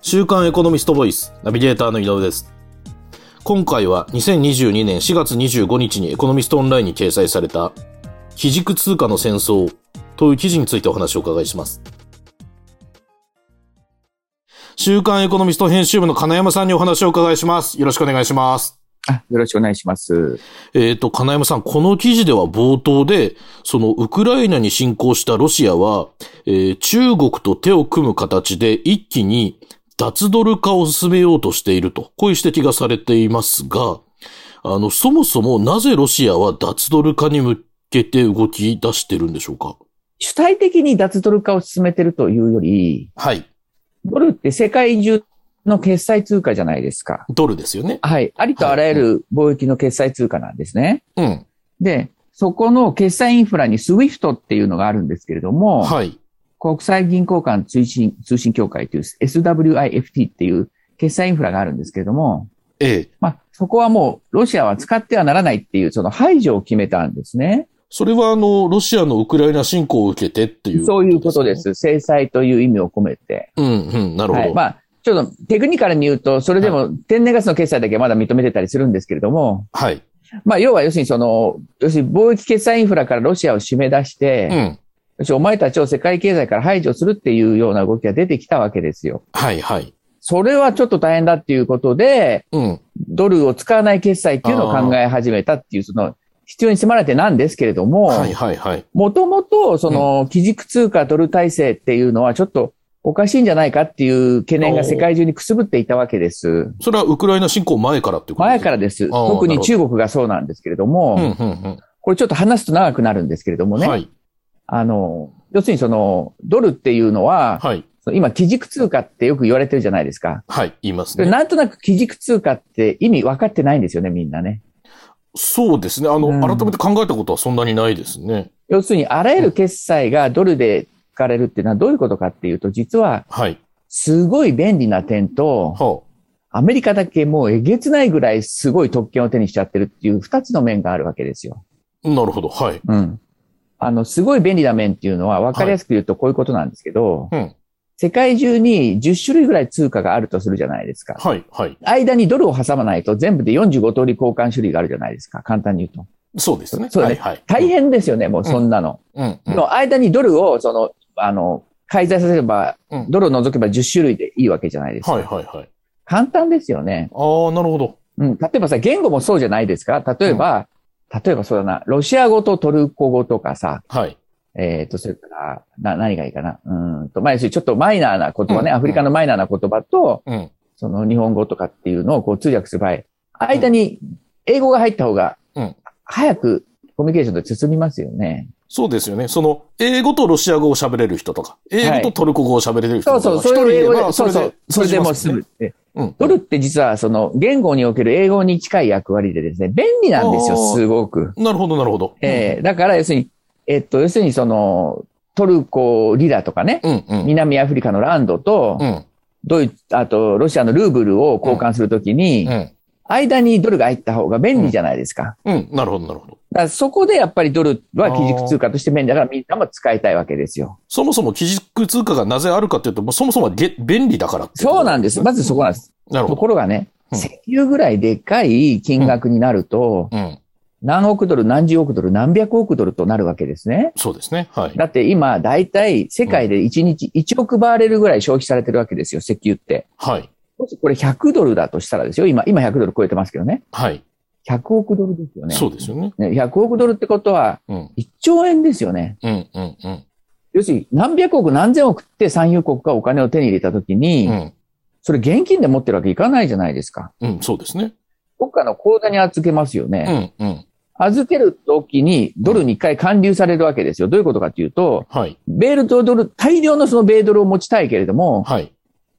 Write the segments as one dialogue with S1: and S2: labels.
S1: 週刊エコノミストボイス、ナビゲーターの井上です。今回は2022年4月25日にエコノミストオンラインに掲載された、基軸通貨の戦争という記事についてお話をお伺いします。週刊エコノミスト編集部の金山さんにお話をお伺いします。よろしくお願いします。
S2: あよろしくお願いします。
S1: えっ、ー、と、金山さん、この記事では冒頭で、その、ウクライナに侵攻したロシアは、えー、中国と手を組む形で一気に脱ドル化を進めようとしていると、こういう指摘がされていますが、あの、そもそもなぜロシアは脱ドル化に向けて動き出してるんでしょうか
S2: 主体的に脱ドル化を進めてるというより、
S1: はい。
S2: ドルって世界中の決済通貨じゃないですか。
S1: ドルですよね。
S2: はい。ありとあらゆる貿易の決済通貨なんですね。
S1: はい、うん。
S2: で、そこの決済インフラに SWIFT っていうのがあるんですけれども、
S1: はい。
S2: 国際銀行間通信、通信協会という SWIFT っていう決済インフラがあるんですけれども、
S1: ええ。
S2: まあ、そこはもうロシアは使ってはならないっていう、その排除を決めたんですね。
S1: それはあの、ロシアのウクライナ侵攻を受けてっていう、ね、
S2: そういうことです。制裁という意味を込めて。、
S1: うんうん、なるほど。はい
S2: まあちょっとテクニカルに言うと、それでも天然ガスの決済だけはまだ認めてたりするんですけれども、
S1: はい。
S2: まあ、要は要するにその、要するに貿易決済インフラからロシアを締め出して、うん、要するにお前たちを世界経済から排除するっていうような動きが出てきたわけですよ。
S1: はいはい。
S2: それはちょっと大変だっていうことで、
S1: うん、
S2: ドルを使わない決済っていうのを考え始めたっていう、その、必要に迫られてなんですけれども、
S1: はいはいはい。
S2: もともと、その、基軸通貨ドル体制っていうのはちょっと、おかしいんじゃないかっていう懸念が世界中にくすぶっていたわけです。
S1: それはウクライナ侵攻前からってこと
S2: ですか前からです。特に中国がそうなんですけれども、
S1: うんうんうん、
S2: これちょっと話すと長くなるんですけれどもね。
S1: はい、
S2: あの、要するにその、ドルっていうのは、
S1: はい、
S2: 今、基軸通貨ってよく言われてるじゃないですか。
S1: はい、言いますね。
S2: なんとなく基軸通貨って意味分かってないんですよね、みんなね。
S1: そうですね。あの、うん、改めて考えたことはそんなにないですね。
S2: 要するに、あらゆる決済がドルで、うん聞かれるっていうのはどういうことかっていうと、実は、すごい便利な点と、、
S1: はい
S2: アメリカだけもうえげつないぐらいすごい特権を手にしちゃってるっていう二つの面があるわけですよ。
S1: なるほど。はい。
S2: うん。あの、すごい便利な面っていうのは分かりやすく言うとこういうことなんですけど、
S1: はいうん、
S2: 世界中に10種類ぐらい通貨があるとするじゃないですか。
S1: はい、はい。
S2: 間にドルを挟まないと全部で45通り交換種類があるじゃないですか。簡単に言う
S1: と。そうですね。
S2: そうね、はいはい。大変ですよね、もうそんなの。
S1: うん。うん、
S2: の間にドルを、その、あの、介在させれば、うん、ドルを除けば10種類でいいわけじゃないですか。
S1: はいはいはい。
S2: 簡単ですよね。
S1: ああ、なるほど。
S2: うん。例えばさ、言語もそうじゃないですか。例えば、うん、例えばそうだな、ロシア語とトルコ語とかさ。
S1: はい。
S2: えっ、ー、と、それから、な、何がいいかな。うんと、まあ、要するにちょっとマイナーな言葉ね、うん、アフリカのマイナーな言葉と、
S1: うん、
S2: その日本語とかっていうのをこう通訳する場合、間に英語が入った方が、
S1: うん、
S2: 早くコミュニケーションと進みますよね。
S1: そうですよね。その、英語とロシア語を喋れる人とか、英語とトルコ語を喋れる人とか、
S2: はい、そうそう、それで、まあ、それで、そうそうそれでもうすぐ、ね。うん、ドルって実は、その、言語における英語に近い役割でですね、便利なんですよ、すごく。
S1: なるほど、なるほど。
S2: ええー、だから、要するに、えっと、要するに、その、トルコリラとかね、
S1: うんうん、
S2: 南アフリカのランドと、
S1: うん、
S2: ドイツ、あと、ロシアのルーブルを交換するときに、
S1: うん、うん
S2: 間にドルが入った方が便利じゃないですか。
S1: うん、うん、なるほど、なるほど。
S2: だそこでやっぱりドルは基軸通貨として便利だからみんなも使いたいわけですよ。
S1: そもそも基軸通貨がなぜあるかというと、そもそもげ便利だから
S2: そうなんです。まずそこなんです。
S1: なるほど。
S2: ところがね、うん、石油ぐらいでかい金額になると、
S1: うん、うん、
S2: 何億ドル、何十億ドル、何百億ドルとなるわけですね。
S1: そうですね。はい。
S2: だって今、大体世界で1日1億バーレルぐらい消費されてるわけですよ、石油って。
S1: はい。
S2: これ100ドルだとしたらですよ。今、今100ドル超えてますけどね。
S1: はい。
S2: 100億ドルですよね。
S1: そうですよね。
S2: ね100億ドルってことは、1兆円ですよね。
S1: うん、うん、うん。
S2: 要するに、何百億、何千億って産油国がお金を手に入れたときに、
S1: うん、
S2: それ現金で持ってるわけいかないじゃないですか。
S1: うん、そうですね。
S2: どっかの口座に預けますよ
S1: ね。うん、うん。
S2: 預けるときに、ドルに一回還流されるわけですよ。どういうことかというと、
S1: はい。
S2: 米ルとドル、大量のその米ドルを持ちたいけれども、
S1: はい。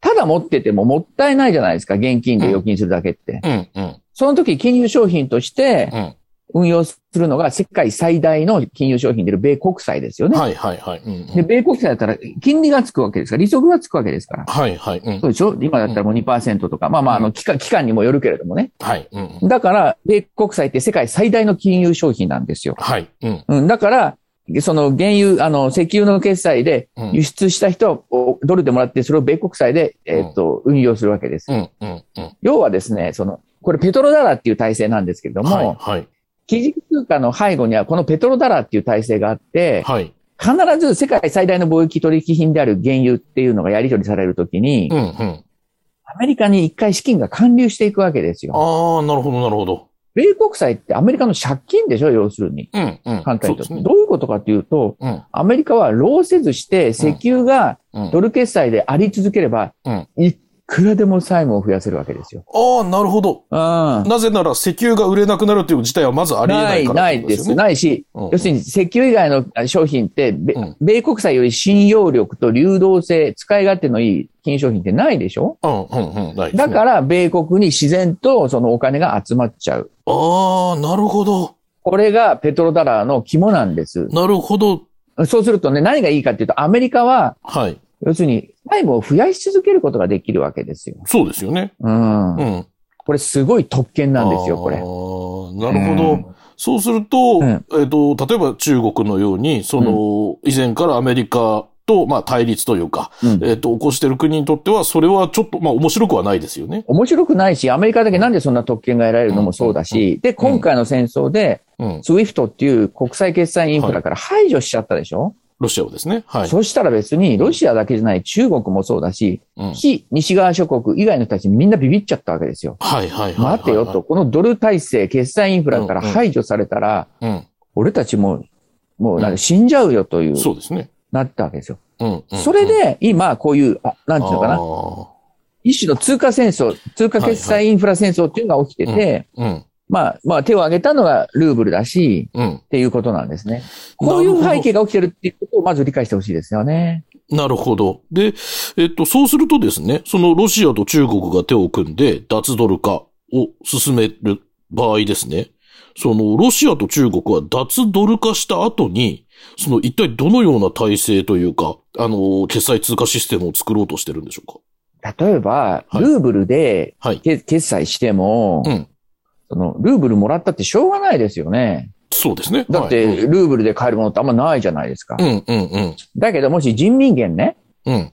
S2: ただ持っててももったいないじゃないですか、現金で預金するだけって。
S1: うんうん、
S2: その時、金融商品として運用するのが世界最大の金融商品である米国債ですよね。
S1: はいはいはい。うんうん、
S2: で、米国債だったら金利がつくわけですから、利息がつくわけですから。
S1: はいはい。
S2: うん、そうでしょ今だったらもう2%とか、まあまあ、あの期間、期間にもよるけれどもね。
S1: はい。うん
S2: うん、だから、米国債って世界最大の金融商品なんですよ。
S1: はい。
S2: うん、だから、その原油、あの、石油の決済で
S1: うん
S2: 輸出した人はおドルでもらって、それを米国債で、えっと、運用するわけです。
S1: うん、うん、うん。
S2: 要はですね、その、これペトロダラーっていう体制なんですけれども、
S1: はい、はい、
S2: 基軸通貨の背後にはこのペトロダラーっていう体制があって、
S1: はい。
S2: 必ず世界最大の貿易取引品である原油っていうのがやり取りされるときに
S1: う、ん、うん。
S2: アメリカに一回資金が還流していくわけですよ。
S1: ああ、なるほど、なるほど。
S2: 米国債ってアメリカの借金でしょ要するに。
S1: うん、うん。
S2: 簡単に
S1: そ
S2: 言
S1: う
S2: う
S1: です
S2: と。
S1: ね。
S2: どういうことかというと、
S1: うん、
S2: アメリカはローせずして石油が
S1: うん。
S2: ドル決済であり続ければ
S1: うん、
S2: いくらでも債務を増やせるわけですよ。
S1: ああ、なるほど。
S2: うん。
S1: なぜなら石油が売れなくなるという事態はまずありえ
S2: な
S1: ない
S2: い、
S1: から
S2: な
S1: って
S2: い
S1: こと
S2: です。
S1: よね。
S2: ないし、
S1: うん
S2: 要するに石油以外のあ商品って、べ
S1: うん
S2: 米国債より信用力と流動性、使い勝手のいい金融商品ってないでしょ
S1: うん、うん、うん。ないですね
S2: だから、米国に自然とそのお金が集まっちゃう。
S1: ああ、なるほど。
S2: これがペトロダラーの肝なんです。
S1: なるほど。
S2: そうするとね、何がいいかっていうと、アメリカは、
S1: はい。
S2: 要するに、債務を増やし続けることができるわけですよ。
S1: そうですよね。
S2: うん
S1: う。ん。
S2: これすごい特権なんですよ、こ
S1: あ
S2: れ。
S1: ーなるほど。
S2: うん
S1: そうすると、
S2: うん
S1: えっ、と、例えば中国のように、その、以前からアメリカと、まあ、対立というか、
S2: うん
S1: えっ、と、起こしてる国にとっては、それはちょっと、まあ、面白くはないですよね。
S2: 面白くないし、アメリカだけなんでそんな特権が得られるのもそうだし、で、今回の戦争で、
S1: うん。
S2: SWIFT っていう国際決済インフラから排除しちゃったでしょ、
S1: ロシアをですね。はい。
S2: そしたら別にロシアだけじゃない中国もそうだし、
S1: うん
S2: 非西側諸国以外の人たちみんなビビっちゃったわけですよ。
S1: はい、はい、はい。
S2: 待てよと、。このドル体制、決済インフラから排除されたら、
S1: うん。
S2: 俺たちも、もうなんか死んじゃうよという、
S1: そうですね。
S2: なったわけですよ。
S1: うん。うん
S2: それ、で今こういう、あなんていうのか
S1: あ
S2: な、
S1: ー
S2: 一種の通貨戦争、通貨決済インフラ戦争っていうのが起きて
S1: はい
S2: て、
S1: うん。
S2: まあ、まあ手を挙げたのがルーブルだし、
S1: うん。
S2: っていうことなんですね。こういう背景が起きてるっていうことをまず理解してほしいですよね。
S1: なるほど。で、えっと、そうするとですね、そのロシアと中国が手を組んで脱ドル化を進める場合ですね、そのロシアと中国は脱ドル化した後に、その一体どのような体制というか、あの、決済通貨システムを作ろうとしてるんでしょう
S2: 例えば、
S1: はい
S2: ルーブルで
S1: かはい。
S2: け決済しても、
S1: うん。
S2: そのルーブルもらったってしょうがないですよね。
S1: そうですね。
S2: だっ
S1: はい
S2: て、ルーブルで買えるものってあんまないじゃないですか。
S1: うん、うん、うん。
S2: だけど、もし人民元ね、
S1: うん。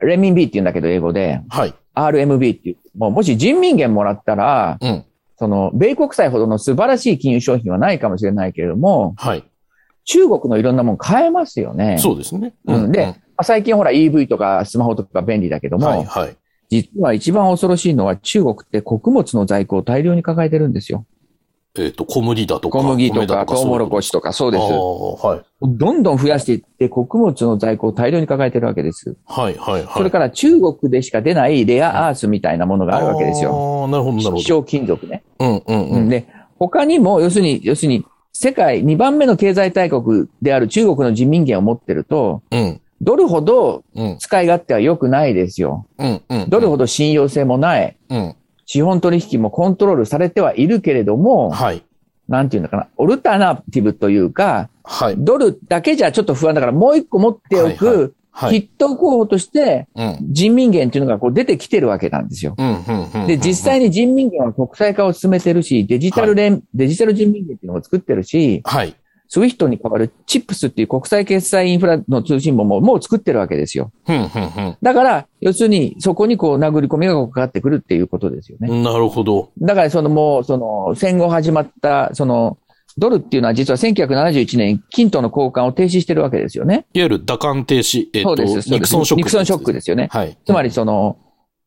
S2: レミンビーって言うんだけど、英語で、
S1: はい。
S2: RMB っていう、もうもし人民元もらったら、
S1: うん。
S2: その、米国債ほどの素晴らしい金融商品はないかもしれないけれども、
S1: はい。
S2: 中国のいろんなもん買えますよね。
S1: そうですね。
S2: うんで最近ほら EV とかスマホとか便利だけど
S1: うん、
S2: も、
S1: はい、はい。
S2: 実は一番恐ろしいのは中国って穀物の在庫を大量に抱えてるんですよ。
S1: えっと、小麦だとか、
S2: 小麦と
S1: 米だ
S2: かトウモロコシとかそうです。
S1: そういうこと
S2: どんどん増やしていって穀物の在庫を大量に抱えてるわけです。
S1: ああ、はい。はい、はい、はい。
S2: それから中国でしか出ないレアアースみたいなものがあるわけです
S1: あ
S2: よ。
S1: あ、なるほど、なるほ
S2: 希少金属ね。
S1: ど。うん、うん、うん。
S2: で、他にも、要するに、要するに、世界2番目の経済大国である中国の人民元を持ってると、
S1: うん、
S2: どれほど
S1: うん、
S2: 使い勝手は良くないですよ。
S1: うん、うん。
S2: どれほど信用性もない。
S1: うん。
S2: 資本取引もコントロールされてはいるけれども、
S1: はい。
S2: なんていうのかな、オルタナティブというか、
S1: はい。
S2: ドルだけじゃちょっと不安だから、もう一個持ってお
S1: はい
S2: く
S1: は
S2: 筆
S1: い。
S2: 頭候補として、
S1: うん。
S2: 人民元っていうのがこう出てきてるわけなんですよ。
S1: うん、うん、うん。
S2: で、実際に人民元は国際化を進めてるし、デジタル連、デジタル人民元っていうのを作ってるし、
S1: はい。
S2: スウィフトに代わるチップスっていう国際決済インフラの通信網ももう作ってるわけですよ。
S1: うん、うん、
S2: だから、要するにそこにこう殴り込みがこうかかってくるっていうことですよね
S1: う。ん。なるほど。
S2: だからそのもう、その戦後始まった、そのドルっていうのは実は1971年、金との交換を停止してるわけですよね。
S1: いわゆる打艦停止。えっ
S2: そ
S1: と
S2: うです。、そ
S1: ニ
S2: うで
S1: ク
S2: す
S1: ソンショック。
S2: ニクソンショックですよね。
S1: はい。
S2: つまり、その、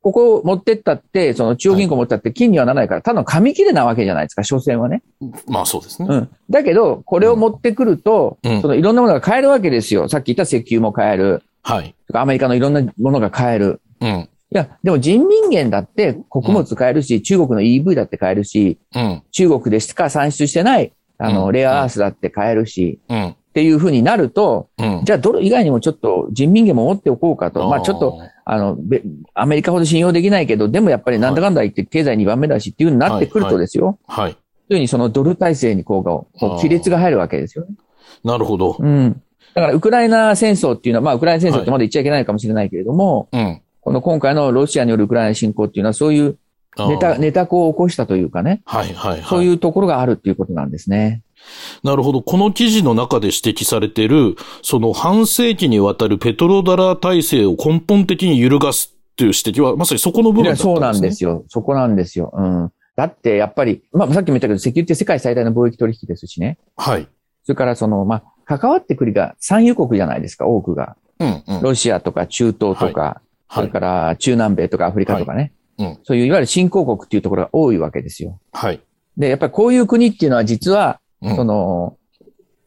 S2: ここを持ってったって、その中央銀行持ってったって金にはならないから、ただの紙切れなわけじゃないですか、所詮はね。
S1: まあそうです
S2: う
S1: ね。
S2: ん。だけど、これを持ってくると、
S1: うん
S2: そのいろんなものが買えるわけですよ。さっき言った石油も買える。
S1: はい。
S2: とかアメリカのいろんなものが買える。
S1: うん、
S2: いや、でも人民元だって穀物買えるし、中国の EV だって買えるし、
S1: うん、
S2: 中国でしか産出してない、あ
S1: う
S2: の、
S1: ん
S2: レアアースだって買えるし、
S1: うん、
S2: っていうふうになると、
S1: うん。
S2: じゃあドル以外にもちょっと人民元も持っておこうかと。まあちょっと、。あの、べアメリカほど信用できないけど、でもやっぱりなんだかんだ言って経済2番目だしっていうふうになってくるとですよ。
S1: はい。
S2: というふうにそのドル体制にこうこう、こ
S1: あー
S2: う亀裂が入るわけですよね。
S1: なるほど。
S2: うん。だからウクライナ戦争っていうのは、まあウクライナ戦争っ
S1: はい
S2: てまだ言っちゃいけないかもしれないけれども、
S1: うん。
S2: この今回のロシアによるウクライナ侵攻っていうのはそういうネタ、ネタこを起こしたというかね、
S1: はい、はい、はい。
S2: そういうところがあるっていうことなんですね。
S1: なるほど。この記事の中で指摘されている、その半世紀にわたるペトロダラー体制を根本的に揺るがすっていう指摘は、まさにそこの部分
S2: い
S1: だっ
S2: や
S1: たんですね。
S2: そうなんですよ。そこなんですよ。うん。だって、やっぱり、まあ、さっきも言ったけど、石油って世界最大の貿易取引ですしね。
S1: はい。
S2: それから、その、まあ、関わってくるが、産油国じゃないですか、多くが。
S1: うん、うん。
S2: ロシアとか中東とか、そ
S1: は
S2: れ
S1: い。
S2: から中南米とかアフリカとかね。
S1: はいうん
S2: そういう、いわゆる新興国っていうところが多いわけですよ。
S1: はい。
S2: で、やっぱりこういう国っていうのは実は、
S1: うん
S2: その、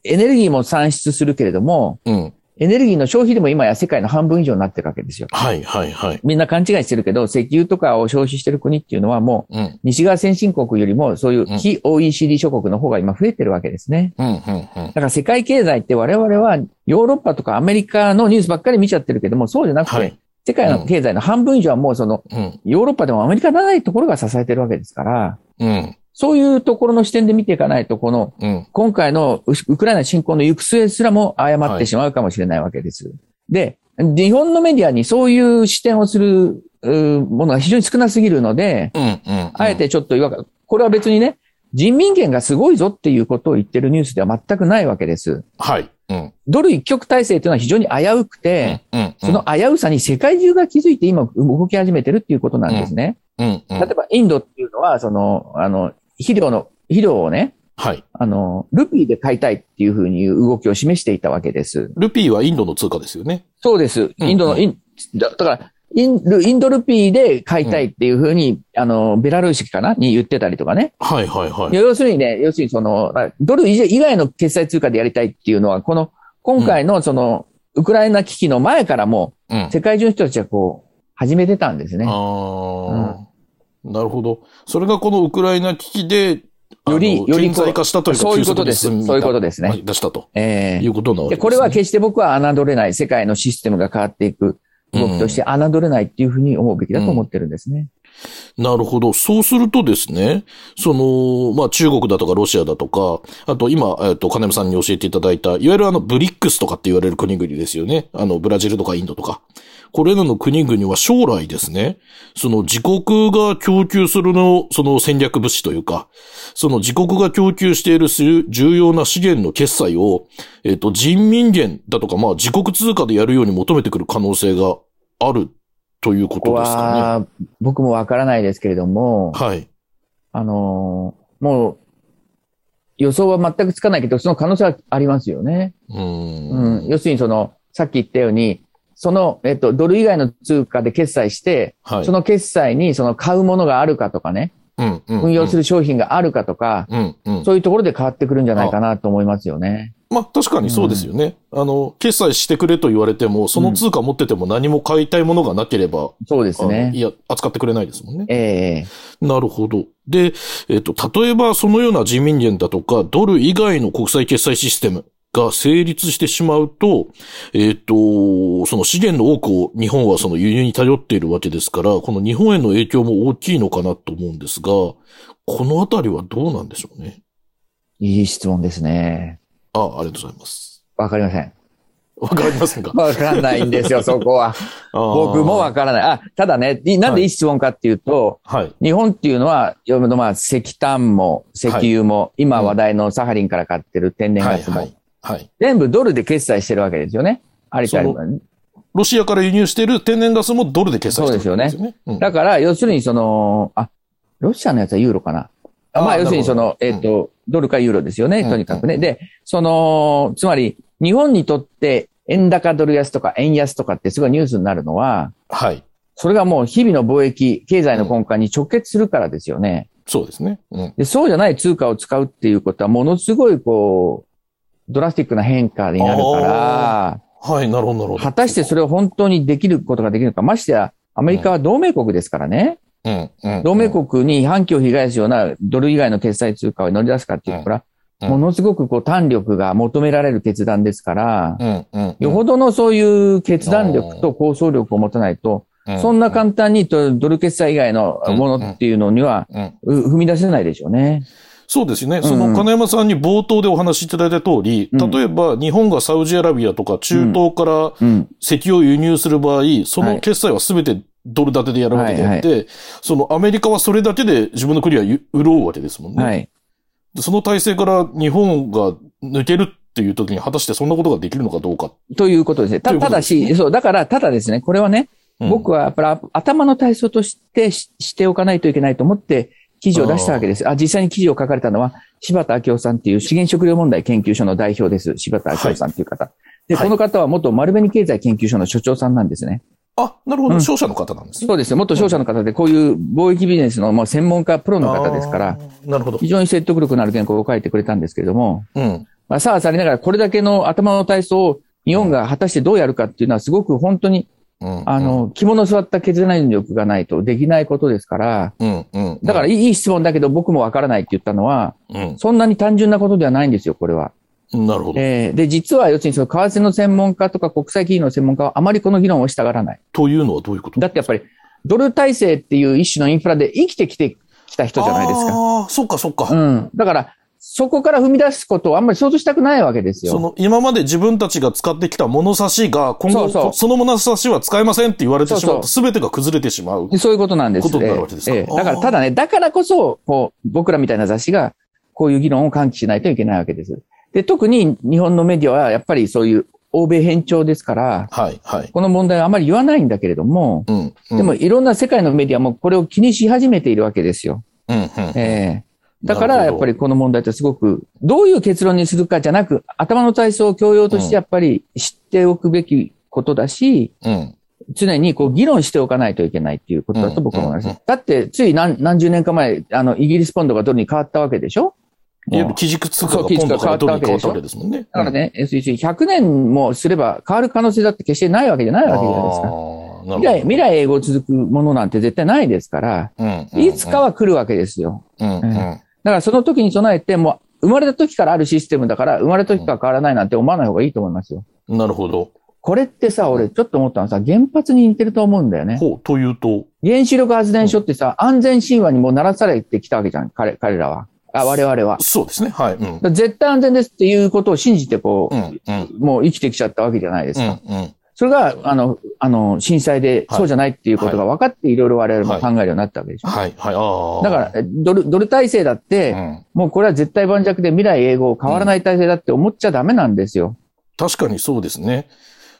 S2: エネルギーも産出するけれども、
S1: うん。
S2: エネルギーの消費でも今や世界の半分以上になってるわけですよ。
S1: はい、はい、はい。
S2: みんな勘違いしてるけど、石油とかを消費してる国っていうのはもう、
S1: うん。
S2: 西側先進国よりもそういう
S1: うん
S2: 非 OECD 諸国の方が今増えてるわけですね。
S1: うん、うん、うん。
S2: だから世界経済って我々はヨーロッパとかアメリカのニュースばっかり見ちゃってるけども、そうじゃなくて、
S1: はい。
S2: 世界の経済の半分以上はもうその
S1: うん、
S2: ヨーロッパでもアメリカではないところが支えてるわけですから、
S1: うん、
S2: そういうところの視点で見ていかないと、この
S1: うん。
S2: 今回のウウクライナ侵攻の行く末すらも誤ってしまうかもしれないわけです。で、日本のメディアにそういう視点をするうーものが非常に少なすぎるので、
S1: うん、うん。
S2: あえてちょっと違和感、これは別にね、人民元がすごいぞっていうことを言ってるニュースでは全くないわけです。
S1: はい。うん。
S2: ドル一極体制というのは非常に危うくて、
S1: うん。
S2: その危うさに世界中が気づいて今動き始めてるっていうことなんですね。
S1: うん、うん。
S2: 例えばインドっていうのは、その、あの、肥料の、肥料をね、
S1: はい。
S2: あの、ルピーで買いたいっていうふうにいう動きを示していたわけです。
S1: ルピーはインドの通貨ですよね。
S2: そうです。
S1: うん
S2: インドの、インだだから、インルインドルピーで買いたいっていうふうに、あの、ベラルーシかなに言ってたりとかね。
S1: はい、はい、はい。
S2: 要するにね、要するにその、あドル以外以外の決済通貨でやりたいっていうのは、この、今回のその、ウクライナ危機の前からも、
S1: うん。
S2: 世界中の人たちはこう、始めてたんですね。
S1: ああ、なるほど。それがこのウクライナ危機で、あの
S2: よりより
S1: 顕在化したというか、
S2: そういう
S1: 急
S2: こと
S1: 速に
S2: です
S1: 進み
S2: そういうことですね
S1: はい出したと
S2: ええ
S1: いうことなわけ
S2: で
S1: です、ね。
S2: これは決して僕は侮れない、世界のシステムが変わっていく動きとして侮れないっていうふうに思うべきだと思ってるんですね。
S1: なるほど。そうするとですね、その、まあ、中国だとかロシアだとか、あと今、えっ、と、金山さんに教えていただいた、いわゆるあの、ブリックスとかって言われる国々ですよね。あの、ブラジルとかインドとか。これらの国々は将来ですね、その自国が供給するの、その戦略物資というか、その自国が供給している重重要な資源の決済を、えっ、と、人民元だとか、まあ、自国通貨でやるように求めてくる可能性があるというこ
S2: ここと
S1: ですかね。
S2: は、僕もわからないですけれども、
S1: はい。
S2: あのーもう、予想は全くつかないけど、その可能性はありますよね。
S1: うー。
S2: うんん。要するにその、さっき言ったように、その、えっと、ドル以外の通貨で決済して、
S1: はい。
S2: その決済にその買うものがあるかとかね、
S1: うんうん
S2: 運用す
S1: る。
S2: る商品があるかとか、
S1: うんうん。
S2: そういうところで変わってくるんじゃないかなと思いますよね。
S1: まあ確かにそうですよね。あの、決済してくれと言われても、その通貨持ってても何も買いたいものがなければ、
S2: そうです
S1: あのい
S2: ね。
S1: や、扱ってくれないですもんね。
S2: ええ
S1: なるほど。で、えっ、と、例えばそのような人民元だとか、ドル以外の国際決済システムが成立してしまうと、えっ、と、その資源の多くを日本はその輸入に頼っているわけですから、この日本への影響も大きいのかなと思うんですが、このあたりはどうなんでしょうね。
S2: いい質問ですね。
S1: あ、ありがとうございます。
S2: わかりません。
S1: わかりませんか
S2: わかんないんで すよ、そこは。僕もわ
S1: か
S2: からない。あ、ただね、いなんでいい質問かっていうと、
S1: はい。
S2: 日本っていうのは、よまあ、石炭も石油も、今話題のサハリンから買ってる天然
S1: は
S2: ガ
S1: い。
S2: スも、
S1: はい。はい。
S2: 全部ドルで決済してるわけですよね。ありとあらゆる
S1: ロシアから輸入している天然ガスもドルで決済してるんですよね。うん
S2: だから、要するにその、あ、ロシアのやつはユーロかな。
S1: あー
S2: まあ、要するにそ
S1: な
S2: の、え
S1: る
S2: っ、
S1: ほど
S2: と、ドルかユーロですよ
S1: う
S2: ね、
S1: ん
S2: とにかくね。で、その、つまり、日本にとって円高ドル安とか円安とかってすごいニュースになるのは、
S1: はい。
S2: それがもう日々の貿易、経済の根幹に直結するからですよね。
S1: そうですね。うん。
S2: で、そうじゃない通貨を使うっていうことは、ものすごい、こう、ドラスティックな変化になるか
S1: はい。なるほど、なるほど。
S2: ら、果たしてそれを本当にできることができるのか。ましてや、アメリカは同盟国ですからね。
S1: うん、うん。
S2: 同盟国に反旗を翻すようなドル以外の決済通貨を乗り出すかっていうのは、
S1: うん
S2: ものすごくこう、単力が求められる決断ですから、
S1: うん、うん。
S2: よほどのそういう決断力と構想力を持たないと、
S1: ど
S2: そんな簡単にとドル決済以外のものっていうのには、
S1: うんうん
S2: う踏み出せないでしょうね。
S1: そうですね。
S2: ん
S1: その金山さんに冒頭でお話しいただいた通り、
S2: うん
S1: 例えば日本がサウジアラビアとか中東から
S2: うん。
S1: 石油を輸入する場合、そ
S2: は
S1: の
S2: い
S1: 決済は全てドル建てでやるわけであって、そのアメリカはそれだけで自分の国はゆ潤うわけですもんね。
S2: はい。
S1: でその体制から日本が抜けるっていう時に果たしてそんなことができるのかどうか。
S2: ということですね。
S1: とい
S2: た
S1: うこと
S2: た
S1: で
S2: だ
S1: すね
S2: し、そう、だから、ただですね、これはね、
S1: うん
S2: 僕はやっぱり頭の体操としてししておかないといけないと思って記事を出したわけです。あ実際に記事を書かれたのは柴田明夫さんっていう資源食料問題研究所の代表です。柴田明夫さんっていう方。で、
S1: はい
S2: この方は元丸紅経済研究所の所長さんなんですね。
S1: あ、なるほど。
S2: うん
S1: 勝者の方なんですね。
S2: そうですよ。元商社の方で、こういう貿易ビジネスのまあ専門家、プロの方ですか
S1: あ
S2: ら、
S1: ー。なるほど
S2: 非。常に説得力のある原稿を書いてくれたんですけれども、
S1: うん。
S2: まあ、さあさりながら、これだけの頭の体操を日本が果たしてどうやるかっていうのは、すごく本当に、
S1: うん
S2: あ、の、肝の座った決断力がないとできないことですから、
S1: うん、うん。
S2: だから
S1: ら、
S2: いいいい質問だけど僕もわからないって言ったのは、
S1: うん。
S2: そんなに単純なことではないんですよ、これは。
S1: なるほど。
S2: えーで、実は要するにその為替の専門家とか国際企業の専門家はあまりこの議論をしたがらない。
S1: というのはどういうこと
S2: だってやっぱり、ドル体制っていう一種のインフラで生きてきてきた人じゃないですか。
S1: ああ、そっかそっか。
S2: うん。だから、そこから踏み出すことをあんまり想像したくないわけで
S1: そ
S2: すよ。
S1: の、今まで自分たちが使ってきた物差しが、今後、
S2: そうそう
S1: その物差しは使えませんって言われてしまうと、
S2: そ
S1: す
S2: う
S1: べてが崩れてしまう。
S2: でそういうことなんです
S1: ことになるわけですか
S2: ええ
S1: あー
S2: だから、ただね、だからこそ、こう、僕らみたいな雑誌が、こういう議論を喚起しないといけないわけです。で、特に日本のメディアは、やっぱりそういう欧米偏重ですから、
S1: はい、はい。
S2: この問題はあまり言わないんだけれども、
S1: うん。うん
S2: でも、いろんな世界のメディアもこれを気にし始めているわけですよ。
S1: うん、うん。
S2: ええ
S1: なる
S2: だ
S1: ほど
S2: から、やっぱりこの問題ってすごく、どういう結論にするかじゃなく、頭の体操を教養としてやっぱり知っておくべきことだし、
S1: うん。
S2: 常にこう議論しておかないといけないっていうことだと僕は思います。
S1: うんうん
S2: だって、つい何何十年か前、あの、イギリスポンドがドルに変わったわけでしょ
S1: い
S2: もう
S1: わゆる基軸通貨
S2: そ
S1: が
S2: う基
S1: ポン
S2: 軸
S1: ド
S2: が
S1: からドルに変
S2: 変
S1: わ
S2: わ
S1: っ
S2: ったた
S1: わけ
S2: わけ
S1: ですもんね。
S2: だからね、100年もすれば変わる可能性だって決してないわけじゃない
S1: うん、
S2: わけじゃないですか。
S1: あーなるほど
S2: 未来、未来永劫続くものなんて絶対ないですから、
S1: うんうん
S2: いつかは来るわけですよ。
S1: うんうん
S2: だからその時に備えて、もう生まれた時からあるシステムだから、生まれた時から変わらないなんて思わない方がいいと思いますよ。
S1: なるほど。
S2: これってさ、俺ちょっと思ったのはさ、原発に似てると思うんだよね。
S1: ほう、というと、
S2: 原子力発電所ってさ、安全神話にもうならされてきたわけじゃん、彼彼らは。あ、我々は。
S1: そうですね。はい。うん。
S2: だ絶対安全ですっていうことを信じて、こ
S1: う
S2: う、
S1: ん、うん。
S2: もう生きてきちゃったわけじゃないです
S1: う
S2: か。
S1: ん、うん。
S2: それが、あの、あの、震災で、
S1: はい
S2: そうじゃないっていうことが分かって、いろいろ我々も考えるようになったわけでしょ。
S1: はい、はい。ああ。
S2: だから、えドル、ドル体制だって、
S1: うん、
S2: もうこれは絶対盤石で未来永劫変わらない体制だって思っちゃダメなんですよ。
S1: 確かにそうですね。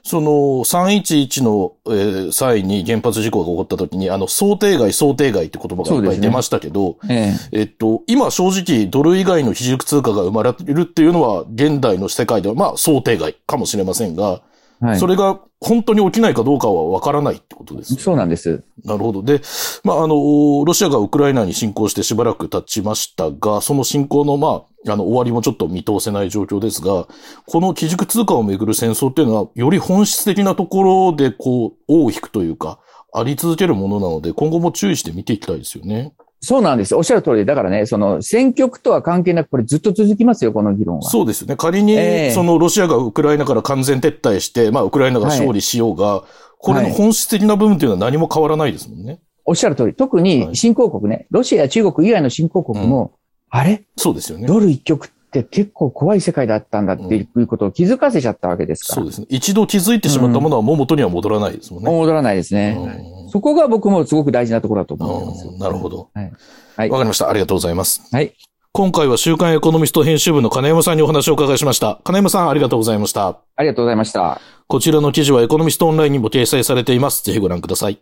S1: その、311の、えー際に原発事故が起こった時に、あの、想定外、想定外って言葉がいっぱい出ましたけど、
S2: ええ。
S1: えっと、今正直、ドル以外の比軸通貨が生まれるっていうのは、現代の世界では、まあ、想定外かもしれませんが、
S2: はい。
S1: それが本当に起きないかどうかはわからないってことですね。
S2: そうなんです。
S1: なるほど。で、まあ、あの、ロシアがウクライナに侵攻してしばらく経ちましたが、その侵攻の、まあ、あの、終わりもちょっと見通せない状況ですが、この基軸通貨をめぐる戦争っていうのは、より本質的なところで、こう、尾を引くというか、あり続けるものなので、今後も注意して見ていきたいですよね。
S2: そうなんです。おっしゃる通りで、だからね、その、選挙区とは関係なく、これずっと続きますよ、この議論は。
S1: そうですよね。仮に、
S2: ええ
S1: その、ロシアがウクライナから完全撤退して、まあ、ウクライナが勝利しようが、これの本質的な部分っていうのは何も変わらないですもんね。
S2: おっしゃる通り。特
S1: は
S2: に
S1: い
S2: 新興国ね、ロシアや中国以外の新興国も、あれ
S1: そうですよね。
S2: ドル一極って結構怖い世界だったんだっていうことを気づかせちゃったわけですか
S1: そ
S2: ら。
S1: うですね。一度気づいてしまったものはもう元には戻らないですもんね。
S2: 戻らないですね。
S1: うん
S2: そこが僕もすごく大事なところだと思ってますよ。
S1: うんなるほど。
S2: はい。
S1: わかりました。ありがとうございます。
S2: はい。
S1: 今回は週刊エコノミスト編集部の金山さんにお話をお伺いしました。金山さん、ありがとうございました。
S2: ありがとうございました。
S1: こちらの記事はエコノミストオンラインにも掲載されています。ぜひご覧ください。